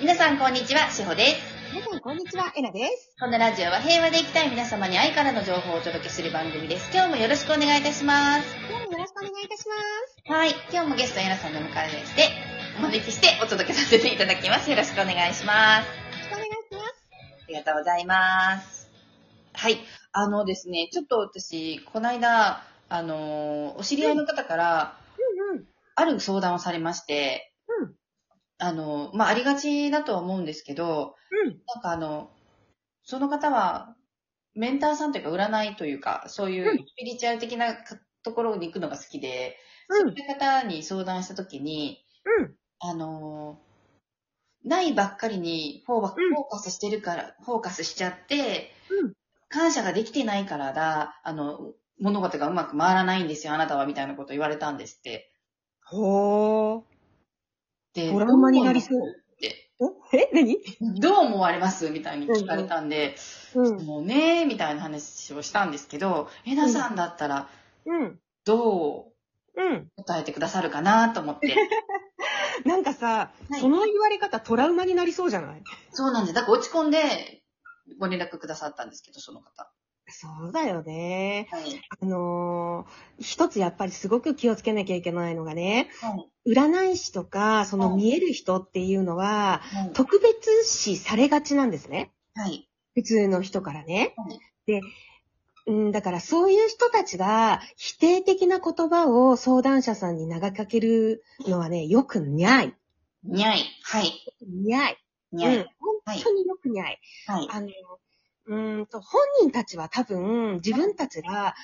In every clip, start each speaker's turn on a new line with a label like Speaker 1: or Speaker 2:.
Speaker 1: 皆さんこんにちは、しほです。
Speaker 2: 皆さん、こんにちは。えなです。
Speaker 1: このラジオは平和で生きたい皆様に愛からの情報をお届けする番組です。今日もよろしくお願いいたします。
Speaker 2: 今日もよろしくお願いいたします。
Speaker 1: はい、今日もゲストの皆さんのお迎えして、お招きしてお届けさせていただきます。よろしくお願いします。
Speaker 2: よろしくお願いします。
Speaker 1: ありがとうございます。はい。あのですね、ちょっと私、この間、あのー、お知り合いの方から、
Speaker 2: うんうん。
Speaker 1: ある相談をされまして、
Speaker 2: うん
Speaker 1: あのー、まあ、ありがちだとは思うんですけど、
Speaker 2: うん。
Speaker 1: なんかあの、その方は、メンターさんというか、占いというか、そういううんスピリチュアル的なかところに行くのが好きで、
Speaker 2: うん
Speaker 1: そういう方に相談したときに、
Speaker 2: うん。
Speaker 1: あのーないばっかりにフォーバ
Speaker 2: うん
Speaker 1: フォーカスしてるから、フォーカスしちゃって、
Speaker 2: うん
Speaker 1: 感謝ができてないからだ、あの、物事がうまく回らないんですよ、あなたは、みたいなこと言われたんですって。
Speaker 2: ほー。
Speaker 1: で、
Speaker 2: トラウマになりそう
Speaker 1: どう思いますって
Speaker 2: え何
Speaker 1: どう思われますみたいに聞かれたんで、
Speaker 2: うん。
Speaker 1: もうね、みたいな話をしたんですけど、えなさんだったら、
Speaker 2: うん。
Speaker 1: ど
Speaker 2: うん。
Speaker 1: う答えてくださるかなと思って。
Speaker 2: なんかさ、
Speaker 1: はい
Speaker 2: その言われ方、トラウマになりそうじゃない
Speaker 1: そうなんです。だから落ち込んで、ご連絡くださったんですけど、その方。
Speaker 2: そうだよね。
Speaker 1: はい。
Speaker 2: あのー、一つやっぱりすごく気をつけなきゃいけないのがね、
Speaker 1: はい。
Speaker 2: 占い師とか、その
Speaker 1: はい
Speaker 2: 見える人っていうのは、
Speaker 1: はい。
Speaker 2: 特別視されがちなんですね。
Speaker 1: はい。
Speaker 2: 普通の人からね
Speaker 1: はい。
Speaker 2: で、うん、だからそういう人たちが否定的な言葉を相談者さんに長かけるのはね、よくない。
Speaker 1: にゃい。はい。
Speaker 2: にゃい。
Speaker 1: にゃい。
Speaker 2: うん。本当によくにゃい。
Speaker 1: はい。
Speaker 2: あの、うーんと、本人たちは多分、自分たちが、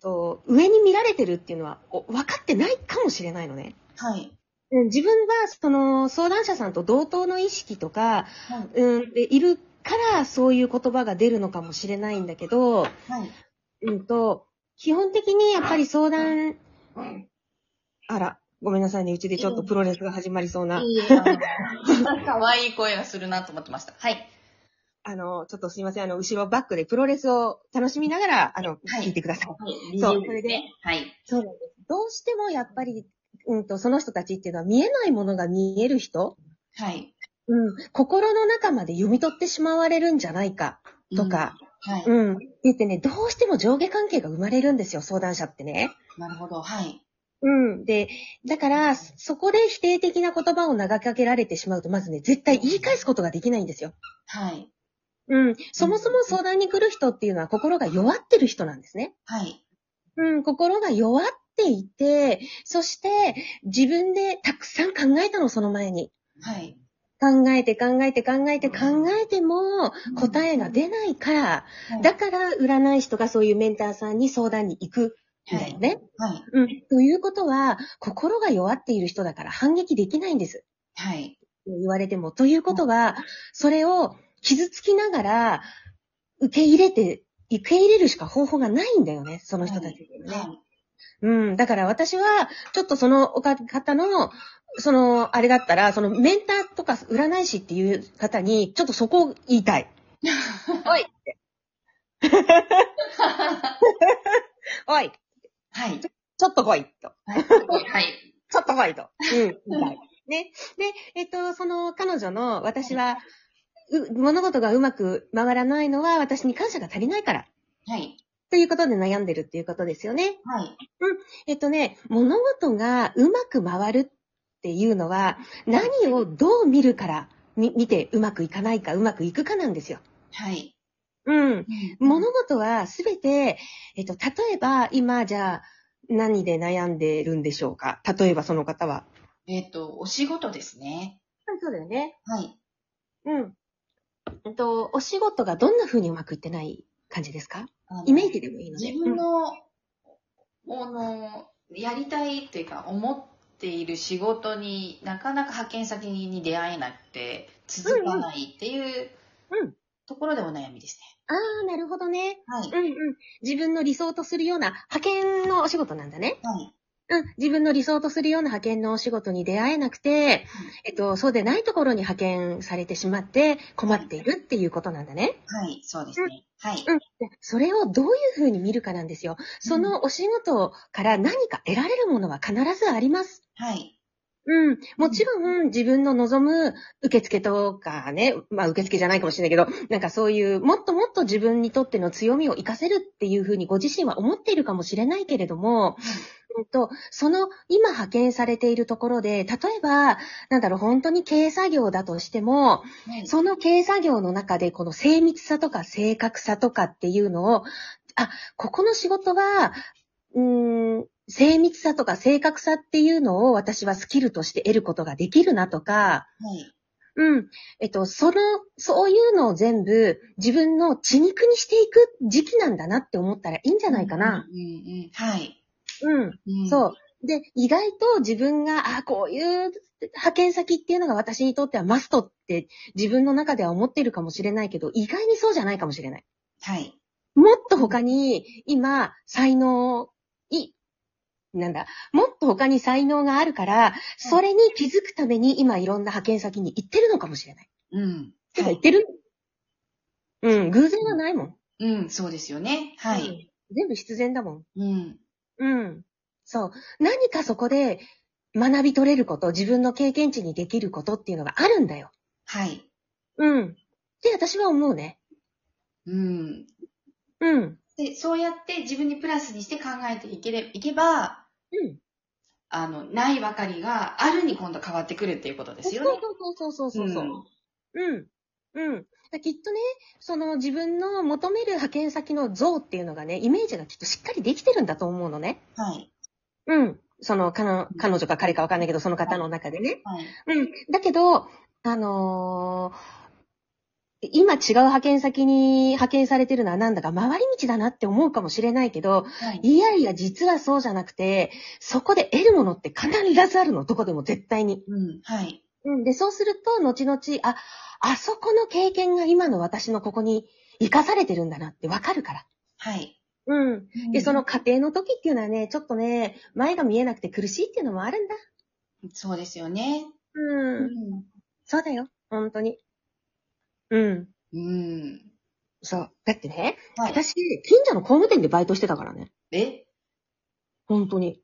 Speaker 2: と上に見られてるっていうのはお分かってないかもしれないのね。
Speaker 1: はい。
Speaker 2: うん、自分は、その、相談者さんと同等の意識とか、
Speaker 1: はい。
Speaker 2: うん、で、いるから、そういう言葉が出るのかもしれないんだけど、
Speaker 1: はい。
Speaker 2: うんと、基本的にやっぱり相談、あら、ごめんなさいね、うちでちょっとプロレスが始まりそうな。
Speaker 1: いいえかわいい声がするなと思ってました。はい。
Speaker 2: あの、ちょっとすいません、あの、後ろバックでプロレスを楽しみながら、あの、
Speaker 1: はい
Speaker 2: 聞いてください。
Speaker 1: そ、
Speaker 2: そうう
Speaker 1: そ
Speaker 2: そ
Speaker 1: れ
Speaker 2: れ
Speaker 1: で
Speaker 2: で。
Speaker 1: はい。
Speaker 2: そうなんです。どうしてもやっぱり、うんと、その人たちっていうのは見えないものが見える人、
Speaker 1: はい。
Speaker 2: うん、心の中まで読み取ってしまわれるんじゃないか、とか、
Speaker 1: うん。はい。
Speaker 2: うん、って言ってね、どうしても上下関係が生まれるんですよ、相談者ってね。
Speaker 1: なるほど。はい。
Speaker 2: うん。で、だから、そこで否定的な言葉を投げかけられてしまうと、まずね、絶対言い返すことができないんですよ。
Speaker 1: はい。
Speaker 2: うん。そもそも相談に来る人っていうのは心が弱ってる人なんですね。
Speaker 1: はい。
Speaker 2: うん、心が弱っていて、そして自分でたくさん考えたの、その前に。
Speaker 1: はい。
Speaker 2: 考えて考えて考えて考えても答えが出ないから、だから占い師とかそういうメンターさんに相談に行くん
Speaker 1: は
Speaker 2: だよ
Speaker 1: い。
Speaker 2: ね。
Speaker 1: はい。
Speaker 2: うん。ということは、心が弱っている人だから反撃できないんです。
Speaker 1: はい。
Speaker 2: 言われても。ということは、それを傷つきながら受け入れて、受け入れるしか方法がないんだよね、その人たちにはね。
Speaker 1: はい。
Speaker 2: うん。だから私は、ちょっとそのおか方の、その、あれだったら、そのメンターとか占い師っていう方に、ちょっとそこを言いたい。 おいって。おい、
Speaker 1: はい。
Speaker 2: ちょっと来いと。
Speaker 1: はい。
Speaker 2: ちょっと来いと。うん。みたい。ね。で、えっと、その彼女の私は、う物事がうまく回らないのは私に感謝が足りないから。
Speaker 1: はい。
Speaker 2: ということで悩んでるっていうことですよね。
Speaker 1: はい。
Speaker 2: えっとね、物事がうまく回るっていうのは、何をどう見るから、み見てうまくいかないか、うまくいくかなんですよ。
Speaker 1: はい。
Speaker 2: うん。物事はすべて、えっと、例えば今、じゃあ、何で悩んでるんでしょうか例えばその方は。
Speaker 1: えっと、お仕事ですね。
Speaker 2: そうだよね。
Speaker 1: はい。
Speaker 2: うん。えっと、お仕事がどんな風にうまくいってない感じですかイメージでもいいので。
Speaker 1: 自分の、あの、やりたいっていうか、思っている仕事になかなか派遣先に出会えなくて、続かないっていう
Speaker 2: うん
Speaker 1: ところでお悩みです
Speaker 2: うん、ああ、なるほどね。
Speaker 1: ね。はい。
Speaker 2: うんうん。自分の理想とするような派遣のお仕事なんだね。
Speaker 1: はい。
Speaker 2: うん。自分の理想とするような派遣のお仕事に出会えなくて、えっと、そうでないところに派遣されてしまって困っているっていうことなんだね。
Speaker 1: はい。そうですね。はい。
Speaker 2: でそれをどういう風に見るかなんですよ。そのお仕事から何か得られるものは必ずあります。
Speaker 1: はい。
Speaker 2: うん。もちろん、自分の望む受付とかね、まあ受付じゃないかもしれないけど、なんかそういう、もっともっと自分にとっての強みを活かせるっていうふうにご自身は思っているかもしれないけれども、うんと、その今派遣されているところで、例えば、なんだろう、本当に経営作業だとしても、
Speaker 1: ね
Speaker 2: その経営作業の中で、この精密さとか正確さとかっていうのを、あ、ここの仕事は、うーん、精密さとか正確さっていうのを私はスキルとして得ることができるなとか、
Speaker 1: はい。
Speaker 2: うん。えっと、その、そういうのを全部自分の血肉にしていく時期なんだなって思ったらいいんじゃないかな。。
Speaker 1: うんうん。はい。
Speaker 2: うん。
Speaker 1: うん
Speaker 2: そう。。で、意外と自分が、あこういう派遣先っていうのが私にとってはマストって自分の中では思ってるかもしれないけど、意外にそうじゃないかもしれない。
Speaker 1: はい。
Speaker 2: もっと他に今、才能、い、なんだ、もっと他に才能があるから、それに気づくために今いろんな派遣先に行ってるのかもしれない。
Speaker 1: うん。
Speaker 2: てか
Speaker 1: は
Speaker 2: 行っ
Speaker 1: い。
Speaker 2: てる、うん、偶然はないもん。
Speaker 1: うん、そうですよね。は
Speaker 2: う
Speaker 1: い。
Speaker 2: ん。全部必然だもん。
Speaker 1: うん。
Speaker 2: うん。そう。何かそこで学び取れること、自分の経験値にできることっていうのがあるんだよ。
Speaker 1: はい。
Speaker 2: うん。って私は思うね。
Speaker 1: うん。
Speaker 2: うん。
Speaker 1: で、そうやって自分にプラスにして考えていけれいけば、
Speaker 2: うん。
Speaker 1: あの、ないばかりがあるに今度変わってくるっていうことで
Speaker 2: そう
Speaker 1: す
Speaker 2: そ
Speaker 1: よ
Speaker 2: う
Speaker 1: ね。
Speaker 2: そうそうそうそう。
Speaker 1: ん
Speaker 2: うん。うん。だきっとね、その自分の求める派遣先の像っていうのがね、イメージがきっとしっかりできてるんだと思うのね。
Speaker 1: はい。
Speaker 2: うん。その、かの彼女か彼かわかんないけど、その方の中でね。
Speaker 1: はい。
Speaker 2: うん。だけど、あのー今違う派遣先に派遣されてるのはなんだか回り道だなって思うかもしれないけど、
Speaker 1: はい。
Speaker 2: いやいや実はそうじゃなくて、そこで得るものって必ずあるの、どこでも絶対に。
Speaker 1: うん。はい。
Speaker 2: うん、で、そうすると、後々、あ、あそこの経験が今の私のここに生かされてるんだなってわかるから。
Speaker 1: はい。
Speaker 2: うん。
Speaker 1: う
Speaker 2: で、
Speaker 1: ん
Speaker 2: その、家庭の時っていうのはね、ちょっとね、前が見えなくて苦しいっていうのもあるんだ。
Speaker 1: そうですよね。
Speaker 2: う。
Speaker 1: うん
Speaker 2: そうだよ。本当に。うん。
Speaker 1: ん。うん。
Speaker 2: そう。だってね、
Speaker 1: はい
Speaker 2: 私、近所の工務店でバイトしてたからね。
Speaker 1: え、
Speaker 2: 本当に。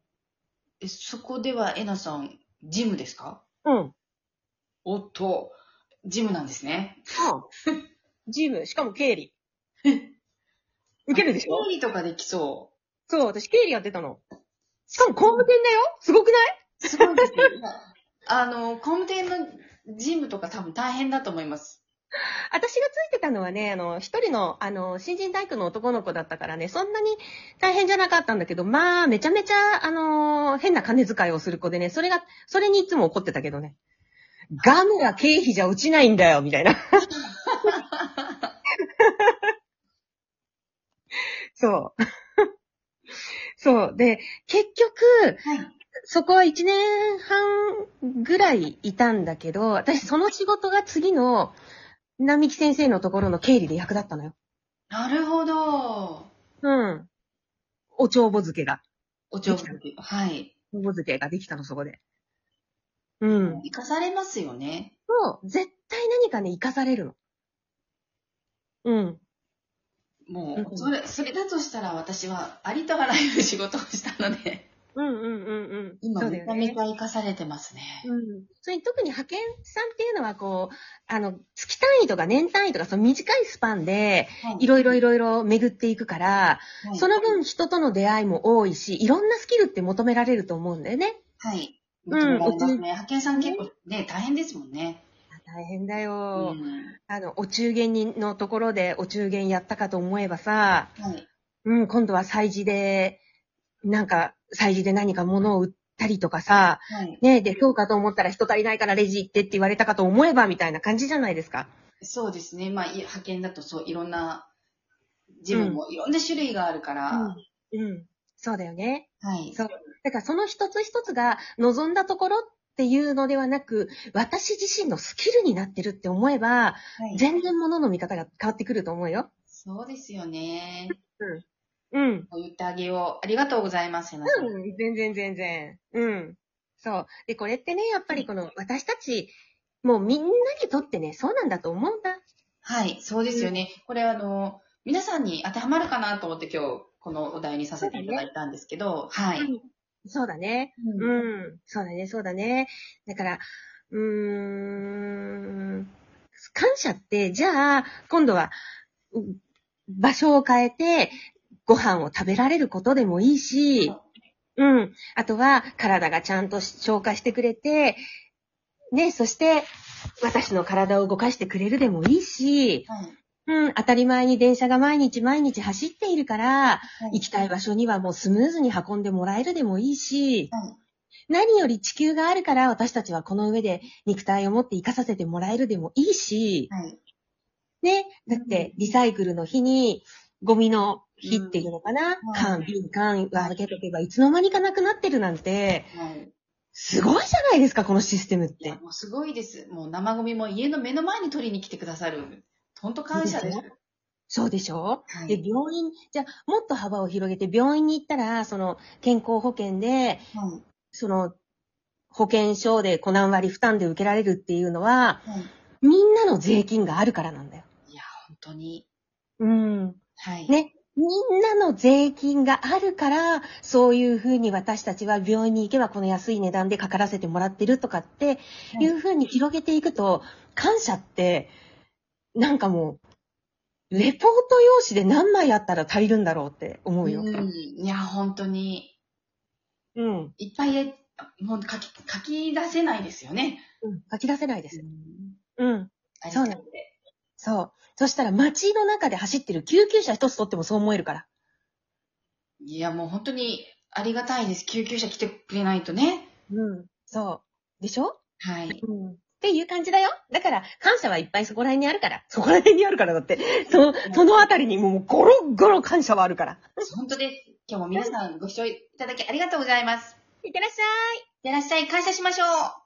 Speaker 1: えそこではえなさん、ジムですか
Speaker 2: うん。
Speaker 1: おっと、ジムなんですね。
Speaker 2: ジム、しかも経 理。受けるでしょ
Speaker 1: あ経理とかできそ。
Speaker 2: そう、私経理やってたの。しかも工務店だよすごくないう
Speaker 1: すごいですね。 いやあの、工務店のジムとか多分大変だと思います。
Speaker 2: 私がついてたのはね、あの、一人の、あの、新人体育の男の子だったからね、そんなに大変じゃなかったんだけど、まあ、めちゃめちゃ、あの、変な金遣いをする子でね、それが、それにいつも怒ってたけどね。ガムが経費じゃ落ちないんだよ、みたいな。そう。そう。 で、結局、
Speaker 1: はい。
Speaker 2: そこは1年半ぐらいいたんだけど、私その仕事が次の、並木先生のところの経理で役立ったのよ。
Speaker 1: なるほど。
Speaker 2: うん。お帳簿漬けが。
Speaker 1: お上手。はい。
Speaker 2: お帳簿漬けができたの、そこで。うん。
Speaker 1: 生かされますよね。
Speaker 2: そう、絶対何かね、活かされるの。うん。
Speaker 1: も
Speaker 2: うんう
Speaker 1: う、
Speaker 2: ん
Speaker 1: それ、それだとしたら私はありとあらゆる仕事をしたので、
Speaker 2: うんうんうんうん。
Speaker 1: 今
Speaker 2: そうだ
Speaker 1: め
Speaker 2: よ
Speaker 1: ちゃ
Speaker 2: ね
Speaker 1: めちゃ生かされてますね。
Speaker 2: うんそれに特に派遣さんっていうのは、こう、あの、月単位とか年単位とか、その短いスパンで、いろいろいろいろ巡っていくから、
Speaker 1: はい
Speaker 2: その分人との出会いも多いし、いろんなスキルって求められると思うんだよね。
Speaker 1: はい。
Speaker 2: う
Speaker 1: 求められ
Speaker 2: ん
Speaker 1: ますね派遣さん結構ね、大変ですもんね。
Speaker 2: 大変だ
Speaker 1: う
Speaker 2: よ。
Speaker 1: ん。
Speaker 2: あの、お中元人のところでお中元やったかと思えばさ、
Speaker 1: はい。
Speaker 2: うん、今度は祭事で、なんか、祭事で何か物を売ったりとかさ、
Speaker 1: はい。
Speaker 2: ねえ、で、今日かと思ったら人足りないからレジ行ってって言われたかと思えばみたいな感じじゃないですか。
Speaker 1: そうですね。まあ、い派遣だとそう、いろんな、ジムもいろんな種類があるから、
Speaker 2: うん。そうだよね。
Speaker 1: はい。
Speaker 2: そう。だからその一つ一つが望んだところっていうのではなく、私自身のスキルになってるって思えば、
Speaker 1: はい
Speaker 2: 全然物の見方が変わってくると思うよ。
Speaker 1: そうですよね。
Speaker 2: うん。
Speaker 1: こう言ってあげよう。ありがとうございます。うん
Speaker 2: うん、全然全然。うん。そう。で、これってね、やっぱりこの私たち、もうみんなにとってね、そうなんだと思うんだ。
Speaker 1: はい、そうですよね。これあの、皆さんに当てはまるかなと思って今日、このお題にさせていただいたんですけど、はい。
Speaker 2: うんそうだね。
Speaker 1: う
Speaker 2: うんん。そうだね、そうだね。だから、うーん。感謝って、じゃあ、今度は、うん場所を変えて、ご飯を食べられることでもいいし、うん。あとは、体がちゃんと消化してくれて、ね、そして、私の体を動かしてくれるでもいいし、
Speaker 1: はい
Speaker 2: うん、当たり前に電車が毎日毎日走っているから、
Speaker 1: はい
Speaker 2: 行きたい場所にはもうスムーズに運んでもらえるでもいいし、
Speaker 1: はい
Speaker 2: 何より地球があるから私たちはこの上で肉体を持って生かさせてもらえるでもいいし、
Speaker 1: はい
Speaker 2: ね、だってリサイクルの日にゴミの日っていうのかな、
Speaker 1: ん
Speaker 2: 缶、瓶、缶は開けとけばいつの間にかなくなってるなんて、
Speaker 1: はい
Speaker 2: すごいじゃないですか、このシステムっ
Speaker 1: いや
Speaker 2: て。
Speaker 1: もうすごいです。もう生ゴミも家の目の前に取りに来てくださる。本当感謝です。
Speaker 2: そうでしょ
Speaker 1: は
Speaker 2: で、
Speaker 1: い。
Speaker 2: 病院、じゃあ、もっと幅を広げて、病院に行ったら、その、健康保険で、
Speaker 1: はい
Speaker 2: その、保険証で、こ何割負担で受けられるっていうのは、
Speaker 1: はい
Speaker 2: みんなの税金があるからなんだよ。
Speaker 1: 本当に。
Speaker 2: うん。
Speaker 1: はい。
Speaker 2: ねみんなの税金があるから、そういうふうに私たちは病院に行けばこの安い値段でかからせてもらってるとかっていうふうに広げていくと、感謝って、なんかもう、レポート用紙で何枚あったら足りるんだろうって思うよ。
Speaker 1: うん。いや、本当に。
Speaker 2: うん。
Speaker 1: いっぱいえ、もう書き、書き出せないですよね。
Speaker 2: うん、書き出せないです。うん。
Speaker 1: うん
Speaker 2: そうなん
Speaker 1: ので。
Speaker 2: そう。そしたら街の中で走ってる救急車一つ取ってもそう思えるから。
Speaker 1: いや、もう本当にありがたいです。救急車来てくれないとね。
Speaker 2: うん。そう。でしょ
Speaker 1: はい。
Speaker 2: うん。っていう感じだよ。だから、感謝はいっぱいそこら辺にあるから。そこら辺にあるからだって。その、そのあたりにもうゴロゴロ感謝はあるから。
Speaker 1: 本当です。今日も皆さんご視聴いただきありがとうございます。
Speaker 2: いってらっしゃい。
Speaker 1: いってらっしゃい。感謝しましょう。